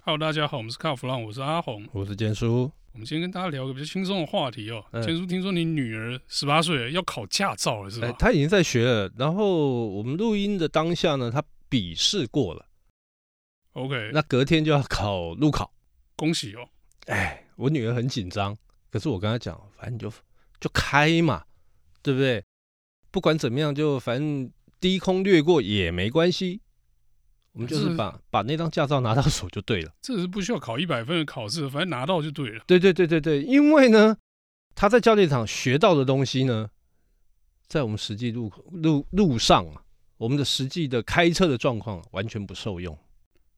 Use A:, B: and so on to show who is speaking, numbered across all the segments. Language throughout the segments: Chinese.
A: Hello，大家好，我们是卡弗朗，我是阿红。
B: 我是坚叔，
A: 我们今天跟大家聊个比较轻松的话题哦。
B: 嗯
A: 前叔听说你女儿十八岁了要考驾照了，是
B: 哎、
A: 吧？
B: 他已经在学了。然后我们录音的当下呢，他笔试过了，
A: OK，
B: 那隔天就要考路考。
A: 恭喜哦。
B: 哎，我女儿很紧张，可是我跟她讲，反正你就就开嘛，对不对？不管怎么样，就反正低空掠过也没关系。我们就是
A: 是
B: 把把那张驾照拿到手就对了。
A: 这是不需要考一百分的考试，反正拿到就对了。
B: 对对对对对，因为呢，他在教练场学到的东西呢，在我们实际路路路上啊，我们的实际的开车的状况完全不受用，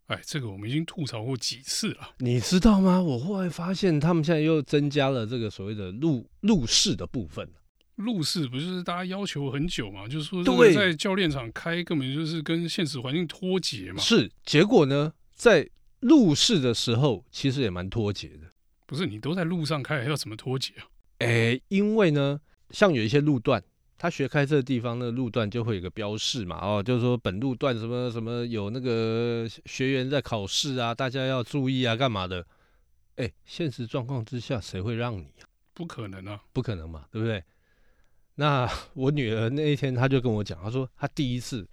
A: 哎，这个我们已经吐槽过几次了。
B: 你知道吗？我后来发现他们现在又增加了这个所谓的路路试的部分。
A: 路试不就是大家要求很久嘛？就是说，
B: 对
A: 在教练场开根本就是跟现实环境脱节嘛。
B: 是，结果呢，在路试的时候其实也蛮脱节的。
A: 不是你都在路上开，还要怎么脱节啊？
B: 诶，因为呢，像有一些路段，他学开车的地方那个路段就会有个标示嘛，哦，就是说本路段什么什么有那个学员在考试啊，大家要注意啊，干嘛的？诶，现实状况之下，谁会让你啊？
A: 不可能啊！
B: 不可能嘛，对不对？那 我女儿那一天，她就跟我讲，她说她第一次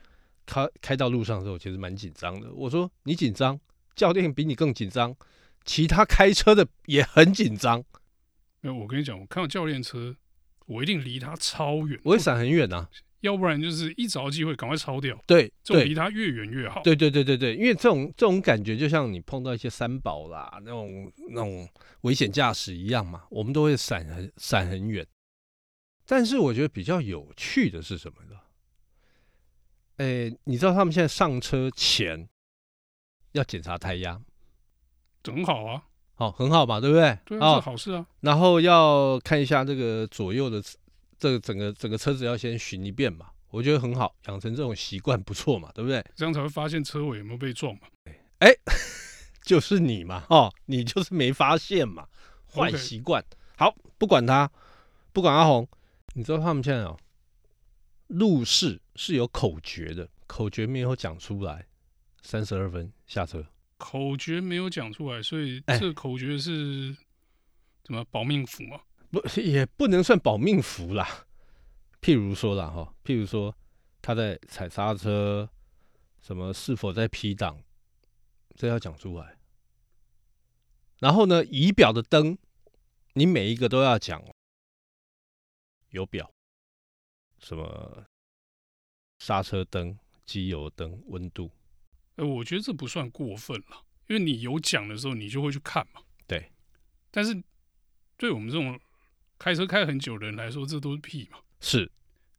B: 开开到路上的时候，其实蛮紧张的。我说你紧张，教练比你更紧张，其他开车的也很紧张，
A: 没有，我跟你讲，我看到教练车，我一定离他超远，
B: 我会闪很远啊。
A: 要不然就是一找机会赶快超掉，
B: 对，
A: 这种
B: 对
A: 离他越远越好。
B: 对对对对对，因为这种这种感觉就像你碰到一些三宝啦，那种那种危险驾驶一样嘛，我们都会闪很闪很远。但是我觉得比较有趣的是什么呢？诶，你知道他们现在上车前要检查胎压，
A: 很好啊，
B: 好、很好嘛，对不对？
A: 对啊，
B: 哦
A: 是，好事啊。
B: 然后要看一下这个左右的这个整个整个车子要先巡一遍嘛，我觉得很好，养成这种习惯不错嘛，对不对？
A: 这样才会发现车尾有没有被撞嘛。
B: 就是你嘛，哦，你就是没发现嘛，坏
A: OK
B: 习惯。好，不管他，不管阿红，你知道他们现在哦，入市是有口诀的，口诀没有讲出来，三十二分下车。
A: 口诀没有讲出来，所以
B: 哎
A: 这口诀是怎么保命符嘛？
B: 不也不能算保命符啦。譬如说啦，哈，譬如说他在踩刹车，什么是否在 P 档，这要讲出来。然后呢，仪表的灯，你每一个都要讲哦。油表，什么刹车灯、机油灯、温度，
A: 哎，我觉得这不算过分了，因为你有讲的时候，你就会去看嘛。
B: 对。
A: 但是对我们这种开车开很久的人来说，这都是屁嘛。
B: 是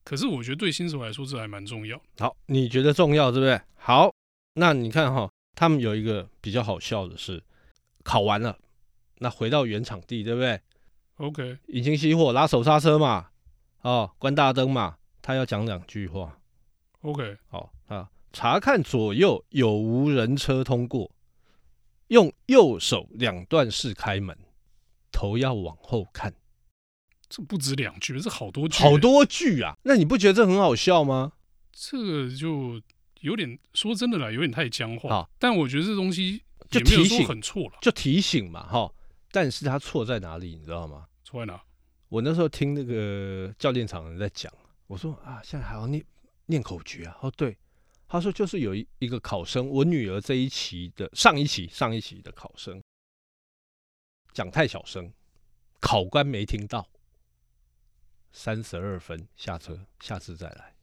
A: 可是我觉得对新手来说，这还蛮重要的。
B: 好，你觉得重要对不对？好，那你看哈、他们有一个比较好笑的是，考完了，那回到原场地，对不对？
A: OK，
B: 引擎熄火，拉手刹车嘛，哦，关大灯嘛，他要讲两句话，
A: OK，
B: 哦啊，查看左右有无人车通过，用右手两段式开门，头要往后看，
A: 这不止两句，这好多句，
B: 好。多句啊，那你不觉得这很好笑吗？
A: 这个就有点说真的啦，有点太僵化。
B: 好
A: 但我觉得这东西
B: 就
A: 也没有
B: 提
A: 说
B: 醒
A: 很错了，
B: 就提醒嘛，哈、但是他错在哪里，你知道吗？
A: 错在哪？
B: 我那时候听那个教练场人在讲，我说啊，现在还要念念口诀啊。哦，对，他说就是有一一个考生，我女儿这一期的上一期上一期的考生讲太小声，考官没听到，三十二分下车，下次再来，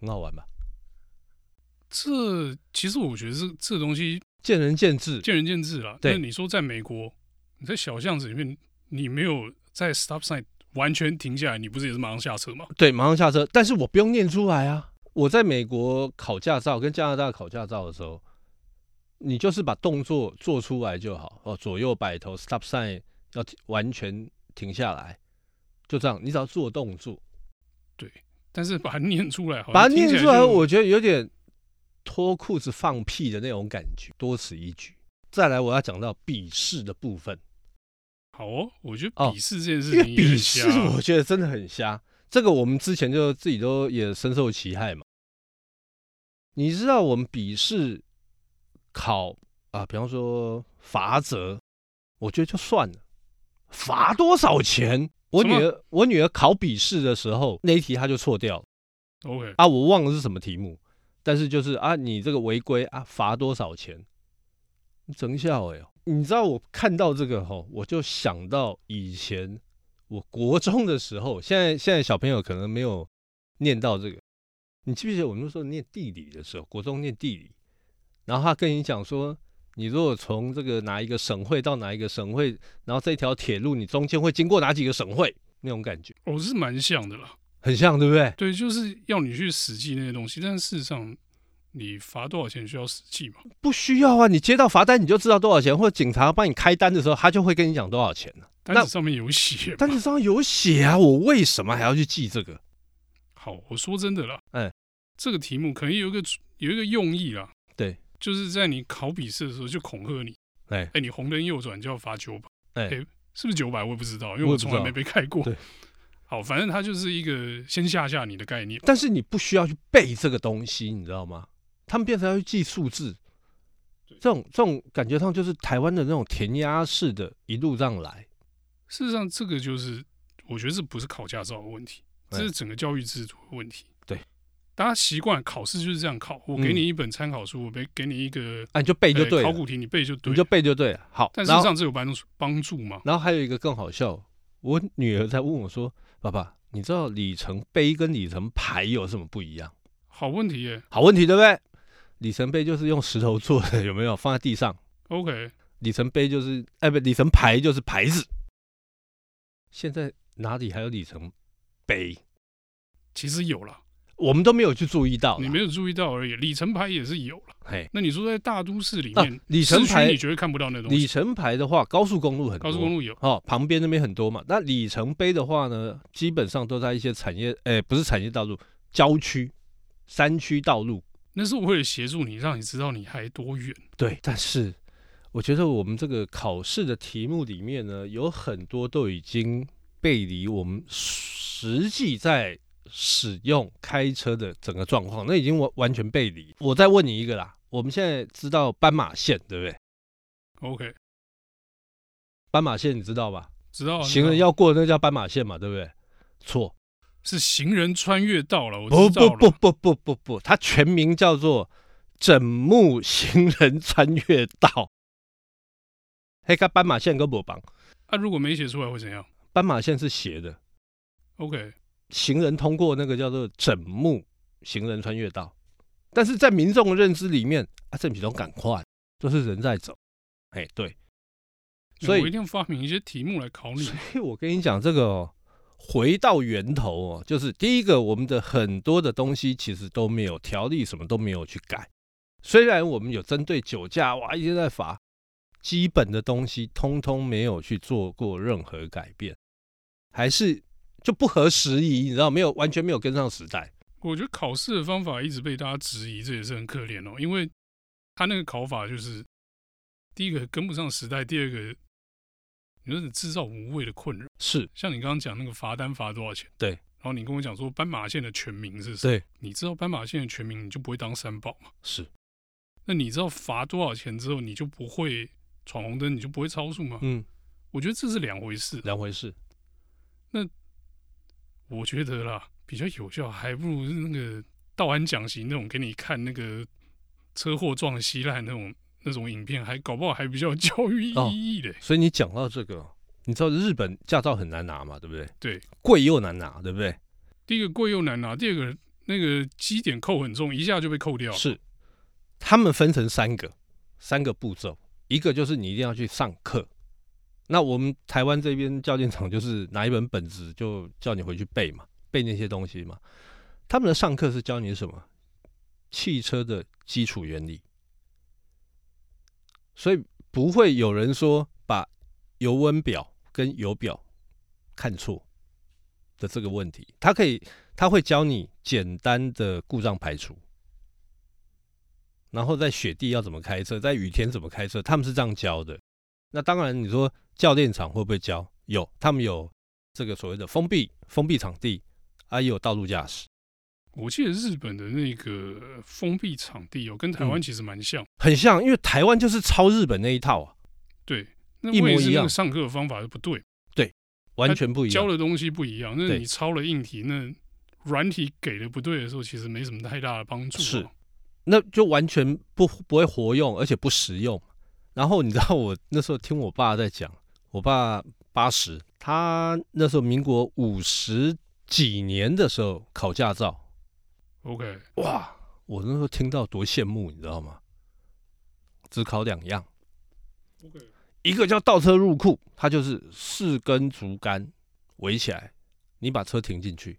B: 很好玩吧？
A: 这其实我觉得这这东西
B: 见仁见智，
A: 见仁见智啦。
B: 对
A: 那你说在美国，你在小巷子里面，你没有在 stop sign 完全停下来，你不是也是马上下车吗？
B: 对，马上下车，但是我不用念出来啊。我在美国考驾照跟加拿大考驾照的时候，你就是把动作做出来就好哦，左右摆头，stop sign 要停完全停下来，就这样，你只要做动作，
A: 但是把它念出来好像
B: 把它
A: 哦听
B: 念
A: 起
B: 出来，
A: 就
B: 我觉得有点脱裤子放屁的那种感觉，多此一举。再来，我要讲到笔试的部分，
A: 好哦。我觉得
B: 哦
A: 笔试这件事
B: 因为
A: 情也很
B: 笔
A: 瞎啊
B: 试我觉得真的很瞎，这个我们之前就自己都也深受其害嘛。你知道我们笔试考啊、比方说罚则，我觉得就算了，罚多少钱？我
A: 什
B: 女
A: 么
B: 儿，我女儿考笔试的时候那一题她就错掉了
A: ，OK，
B: 啊，我忘了是什么题目，但是就是啊，你这个违规啊，罚多少钱？整笑哎、你知道我看到这个吼，我就想到以前我国中的时候，现在现在小朋友可能没有念到这个。你记不记得我们那时候念地理的时候，国中念地理，然后他跟你讲说，你如果从这个哪一个省会到哪一个省会，然后这条铁路你中间会经过哪几个省会，那种感觉
A: 哦，是蛮像的啦。
B: 很像，对不对？
A: 对，就是要你去死记那些东西，但是事实上，你罚多少钱需要死记嘛？
B: 不需要啊，你接到罚单你就知道多少钱，或者警察帮你开单的时候，他就会跟你讲多少钱啊了、
A: 单子上面有写嘛。
B: 单子上有写啊，我为什么还要去记这个？
A: 好，我说真的啦，
B: 哎
A: 这个题目可能有一个有一个用意啦，
B: 对，
A: 就是在你考笔试的时候就恐吓你，
B: 哎
A: 哎，你红灯右转就要罚九百，
B: 哎
A: 是不是九百我也不知道，因为
B: 我也
A: 我
B: 不
A: 从
B: 知
A: 来
B: 道
A: 没被开过
B: 对。
A: 好，反正它就是一个先吓吓你的概念。
B: 但是你不需要去背这个东西，你知道吗？他们变成要去记数字，这种这种感觉上就是台湾的那种填鸭式的，一路这样来。
A: 事实上，这个就是我觉得这不是考驾照的问题，这
B: 哎
A: 是整个教育制度的问题。
B: 对，
A: 大家习惯考试就是这样考，我给
B: 嗯
A: 你一本参考书，我给给你一个
B: 啊，你就背就
A: 呃
B: 对了，
A: 考古题，你背就对了。
B: 你就背就对了。好，
A: 但事
B: 然
A: 实
B: 后
A: 上，这有帮助帮助吗？
B: 然后还有一个更好笑，我女儿在问我说：“爸爸，你知道里程碑跟里程牌有什么不一样？”
A: 好问题耶、
B: 好问题，对不对？里程碑就是用石头做的，有 没有？放在地上，
A: OK，
B: 里程碑就是，哎，不，里程牌就是牌子。现在哪里还有里程碑？
A: 其实有了，
B: 我们都没有去注意到啦。
A: 你没有注意到而已。里程牌也是有了。
B: 嘿，
A: 那你说在大都市里
B: 啊
A: 面，
B: 里程牌
A: 市区你绝对看不到那东
B: 里
A: 西。
B: 程牌的话，高速公路很多，
A: 高速公路有，
B: 哦，旁边那边很多嘛。那里程碑的话呢，基本上都在一些产业，哎，不是产业道路，郊区、山区道路。
A: 那是为了协助你，让你知道你还多远。
B: 对，但是我觉得我们这个考试的题目里面呢，有很多都已经背离我们实际在使用开车的整个状况，那已经完完全背离。我再问你一个啦，我们现在知道斑马线对不对？
A: OK，
B: 斑马线你知道吧？
A: 知道啊
B: 行人
A: 知道
B: 要过的那叫斑马线嘛，对不对？错，
A: 是行人穿越道了，我
B: 不
A: 知道
B: 不
A: 了。
B: 不不不不不，它全名叫做整木行人穿越道。嘿，跟斑马线跟不绑，
A: 啊，如果没写出来会怎样
B: 斑马线是斜的，
A: ？OK，
B: 行人通过那个叫做整木行人穿越道，但是在民众的认知里面，啊，这比较赶快，就是人在走，哎，对，所以
A: 我一定要发明一些题目来考你
B: 所。以我跟你讲这个、哦，回到源头哦，就是第一个，我们的很多的东西其实都没有条例，什么都没有去改，虽然我们有针对酒驾，哇，一直在罚，基本的东西通通没有去做过任何改变，还是就不合时宜，你知道没有，完全没有跟上时代。
A: 我觉得考试的方法一直被大家质疑，这也是很可怜哦，因为他那个考法就是第一个跟不上时代，第二个你说你制造无谓的困扰。
B: 是
A: 像你刚刚讲那个罚单罚多少钱？
B: 对
A: 然后你跟我讲说斑马线的全名是什么？
B: 对，
A: 你知道斑马线的全名，你就不会当三宝嘛？
B: 是，
A: 那你知道罚多少钱之后，你就不会闯红灯，你就不会超速吗？
B: 嗯，
A: 我觉得这是两回事。
B: 两回事。
A: 我觉得啦，比较有效，还不如那个道安讲习那种给你看那个车祸撞稀烂那种那种影片，还搞不好还比较有教育
B: 哦
A: 意义嘞。
B: 所以你讲到这个，你知道日本驾照很难拿嘛，对不对？
A: 对，
B: 贵又难拿，对不对？
A: 第一个贵又难拿，第二个那个基点扣很重，一下就被扣掉。
B: 是，他们分成三个三个步骤，一个就是你一定要去上课。那我们台湾这边教练场就是拿一本本子就叫你回去背嘛，背那些东西嘛。他们的上课是教你什么？汽车的基础原理。所以不会有人说把油温表跟油表看错的这个问题。他可以，他会教你简单的故障排除，然后在雪地要怎么开车，在雨天怎么开车，他们是这样教的。那当然，你说教练场会不会教？有，他们有这个所谓的封闭封闭场地，啊，也有道路驾驶。
A: 我记得日本的那个封闭场地哦，跟台
B: 嗯
A: 湾其实蛮像。
B: 很像，因为台湾就是抄日本那一套啊，
A: 对，那
B: 一模
A: 位置那
B: 一样
A: 个上课的方法是不对，
B: 完全不一
A: 教
B: 样。
A: 的东西不一样。那
B: 对
A: 你抄了硬题，那软体给的不对的时候，其实没什么太大的帮助、啊
B: 是，那就完全不不会活用，而且不实用。然后你知道我那时候听我爸在讲，我爸八十，他那时候民国五十几年的时候考驾照，
A: OK，
B: 哇，我那时候听到多羡慕，你知道吗？只考两样
A: OK
B: 一个叫倒车入库，它就是四根竹竿围起来，你把车停进去，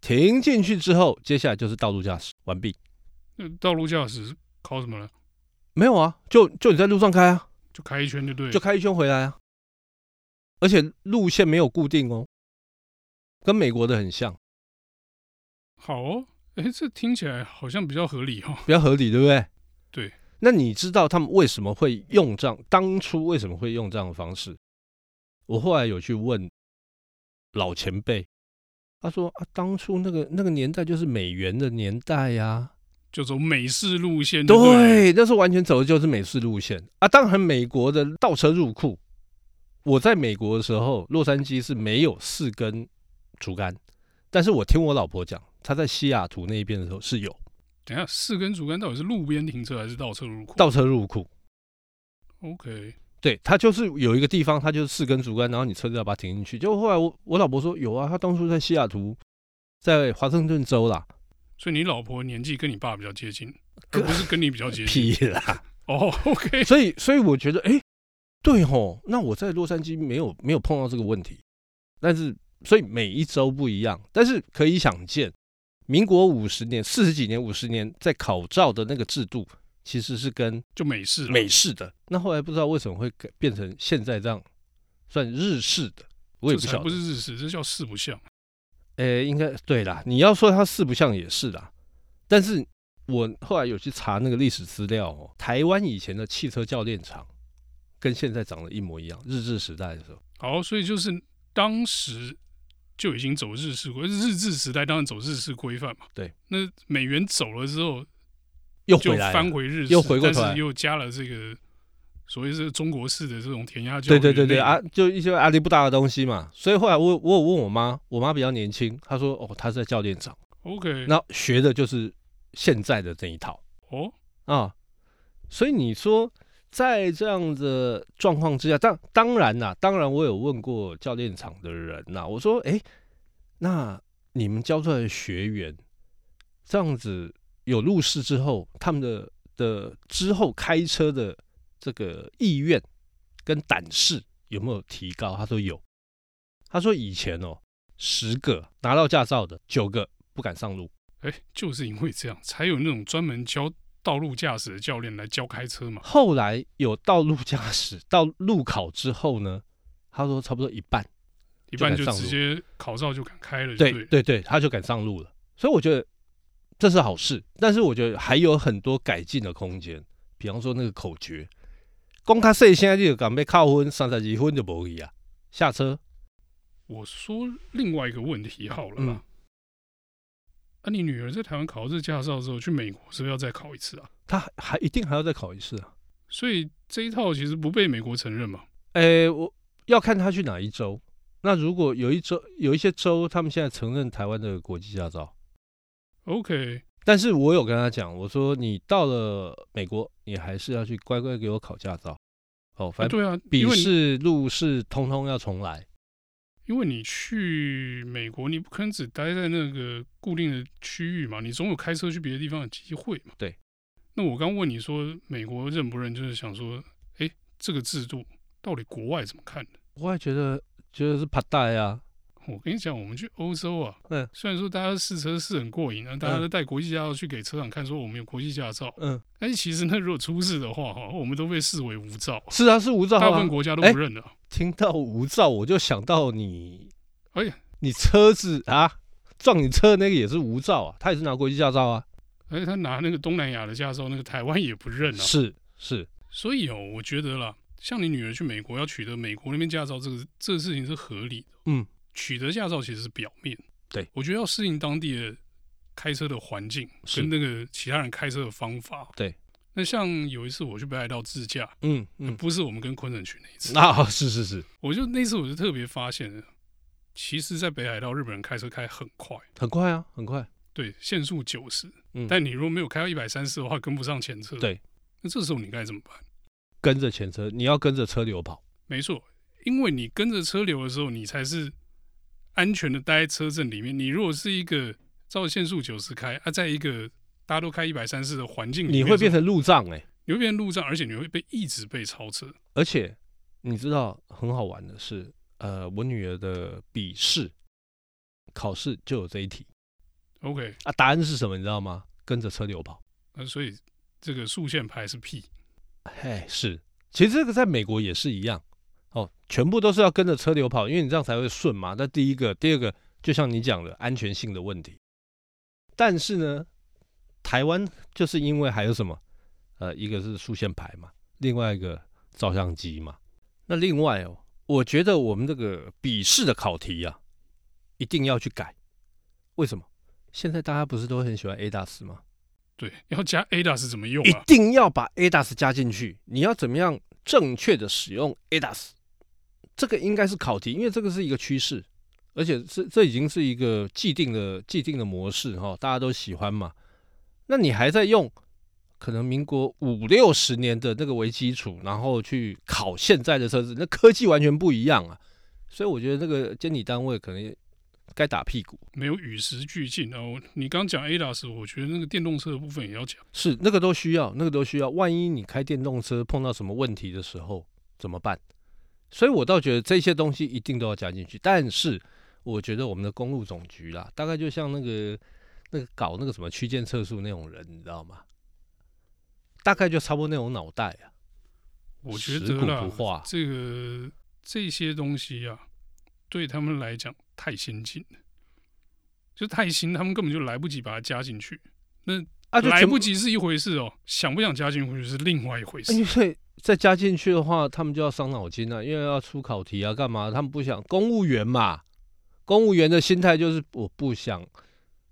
B: 停进去之后，接下来就是道路驾驶完毕。
A: 那道路驾驶考什么了？
B: 没有啊，就就你在路上开啊，
A: 就开一圈就对了，
B: 就开一圈回来啊，而且路线没有固定哦，跟美国的很像，
A: 好哦。哎，这听起来好像比较合理哦。
B: 比较合理，对不对？
A: 对。
B: 那你知道他们为什么会用这样？当初为什么会用这样的方式？我后来有去问老前辈，他说啊，当初那个那个年代就是美元的年代呀、
A: 就走美式路线就对了，
B: 对，那时候完全走的就是美式路线啊。当然，美国的倒车入库，我在美国的时候，洛杉矶是没有四根竹竿，但是我听我老婆讲，她在西雅图那边的时候是有
A: 等一下四根竹竿到底是路边停车还是倒车入库？
B: 倒车入库。
A: OK，
B: 对，它就是有一个地方，它就是四根竹竿，然后你车子要把它停进去。就后来我我老婆说有啊，她当初在西雅图，在华盛顿州啦，
A: 所以你老婆年纪跟你爸比较接近，而不是跟你比较接 近。
B: 屁啦，
A: 哦，OK，
B: 所以，所以我觉得，哎、对吼，那我在洛杉矶没有没有碰到这个问题，但是，所以每一周不一样，但是可以想见，民国五十年、四十几年、五十年在考照的那个制度，其实是跟
A: 就美式了。
B: 美式的。那后来不知道为什么会改变成现在这样，算日式的，我也
A: 这
B: 不
A: 才
B: 晓得
A: 不。是日式，这叫四不像。
B: 呃，应该对啦。你要说它四不像也是啦，但是我后来有去查那个历史资料哦，台湾以前的汽车教练场跟现在长得一模一样，日治时代的时候，
A: 好，所以就是当时就已经走日式规，日治时代当然走日式规范嘛。
B: 对，
A: 那美元走了之后，
B: 又
A: 就
B: 回来
A: 翻
B: 了。
A: 回日式，
B: 又回过头来
A: 但是又加了这个所谓是中国式的这种填鸭教
B: 对
A: 育。
B: 对对对啊，，就一些阿里不达的东西嘛。所以后来我我有问我妈，我妈比较年轻，她说哦，她是在教练场，
A: OK，
B: 那学的就是现在的这一套
A: 哦，
B: 啊。所以你说在这样的状况之下，当当然啦、当然我有问过教练场的人呐、我说，诶，那你们教出来的学员这样子有入试之后，他们的的之后开车的这个意愿跟胆识有没有提高？他说有，他说以前哦，十个拿到驾照的九个不敢上路，
A: 哎，就是因为这样，才有那种专门教道路驾驶的教练来教开车嘛。
B: 后来有道路驾驶 到路考之后呢，他说差不多一半，
A: 一般就
B: 敢上
A: 直
B: 路
A: 接考照就敢开了，
B: 对
A: 对了
B: 对对，他就敢上路了。所以我觉得这是好事，但是我觉得还有很多改进的空间。比方说那个口诀，公卡岁现在就敢被扣分，三十几分就无去啊。下车，
A: 我说另外一个问题好了
B: 嗯
A: 啦，啊，你女儿在台湾考到这驾照之后，去美国是不是要再考一次啊？
B: 他还还一定还要再考一次啊。
A: 所以这一套其实不被美国承认嘛。
B: 诶，我要看他去哪一州。那如果有一州有一些州，他们现在承认台湾的国际驾照，
A: OK，
B: 但是我有跟他讲，我说你到了美国，你还是要去乖乖给我考驾照。哦，
A: 啊
B: 反正
A: 对啊，因
B: 笔
A: 为你
B: 试、路试通通要重来。
A: 因为你去美国，你不可能只待在那个固定的区域嘛，你总有开车去别的地方的机会嘛。
B: 对。
A: 那我刚问你说美国认不认，就是想说，哎，这个制度到底国外怎么看的？
B: 我也觉得觉得是怕带啊，
A: 我跟你讲，我们去欧洲啊，
B: 嗯
A: 虽然说大家试车试很过瘾啊，大家都带国际驾照去给车厂看，说我们有国际驾照，
B: 嗯，
A: 但是其实那如果出事的话，哈，我们都被视为无照，
B: 是啊，是无照
A: 大部
B: 啊
A: 分。国家都
B: 哎
A: 不认的。
B: 听到无照，我就想到你，
A: 哎呀，
B: 你车子啊撞你车的那个也是无照啊，他也是拿国际驾照啊，
A: 而且哎他拿那个东南亚的驾照，那个台湾也不认啊。
B: 是是，
A: 所以哦，我觉得啦，像你女儿去美国要取得美国那边驾照，这个这个事情是合理的。
B: 嗯，
A: 取得驾照其实是表面，
B: 对，
A: 我觉得要适应当地的开车的环境
B: 是
A: 跟那个其他人开车的方法。
B: 对，
A: 那像有一次我去北海道自驾，
B: 嗯嗯，
A: 不是我们跟昆城去那一次，
B: 那、啊、是是是，
A: 我就那次我就特别发现了，其实，在北海道日本人开车开很快，
B: 很快啊，很快，
A: 对，限速九十，
B: 嗯
A: 但你如果没有开到一百三十的话，跟不上前车。
B: 对，
A: 那这时候你该怎么办？
B: 跟着前车，你要跟着车流跑，
A: 没错，因为你跟着车流的时候，你才是安全的待在车阵里面。你如果是一个照限速九十开，啊，在一个大家都开一百三十的环境里面
B: 你
A: 的时候，
B: 会变成路障哎、
A: 你会变成路障，而且你会被一直被超车。
B: 而且你知道很好玩的是，呃，我女儿的笔试考试就有这一题
A: OK，
B: 啊，答案是什么？你知道吗？跟着车流跑。
A: 那、所以这个速限牌是屁。
B: 嘿，哎是，其实这个在美国也是一样哦，全部都是要跟着车流跑，因为你这样才会顺嘛。那第一个，第二个，就像你讲的安全性的问题。但是呢，台湾就是因为还有什么，呃，一个是竖线牌嘛，另外一个照相机嘛。那另外哦，我觉得我们这个笔试的考题啊，一定要去改。为什么？现在大家不是都很喜欢 A 大师吗？
A: 对，要加 ADA 是怎么用
B: 一
A: 啊？
B: 定要把 ADAS 加进去。你要怎么样正确的使用 ADAS？这个应该是考题，因为这个是一个趋势，而且这这已经是一个既定的既定的模式哈、大家都喜欢嘛。那你还在用可能民国五六十年的那个为基础，然后去考现在的车子，那科技完全不一样啊。所以我觉得那个监理单位可能也该打屁股，
A: 没有与时俱进。然后你刚讲 ADAS，我觉得那个电动车的部分也要讲。
B: 是那个都需要，那个都需要。万一你开电动车碰到什么问题的时候怎么办？所以我倒觉得这些东西一定都要加进去。但是我觉得我们的公路总局啦，大概就像那个那个搞那个什么区间测速那种人，你知道吗？大概就差不多那种脑袋啊，
A: 我觉
B: 食
A: 得
B: 古
A: 啦，
B: 不化。
A: 这个这些东西啊，对他们来讲太先进了，就太新，他们根本就来不及把它加进去。
B: 啊，就
A: 来
B: 全部啊
A: 不及是一回事哦，想不想加进去是另外一回事。
B: 因为再加进去的话，他们就要伤脑筋了、因为要出考题啊，干嘛？他们不想公务员嘛，公务员的心态就是我不想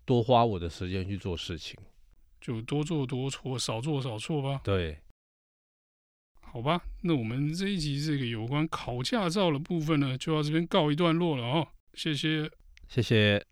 B: 多花我的时间去做事情。
A: 就多做多错，少做少错吧。
B: 对，
A: 好吧，那我们这一集这个有关考驾照的部分呢，就到这边告一段落了哦。谢谢
B: 谢谢。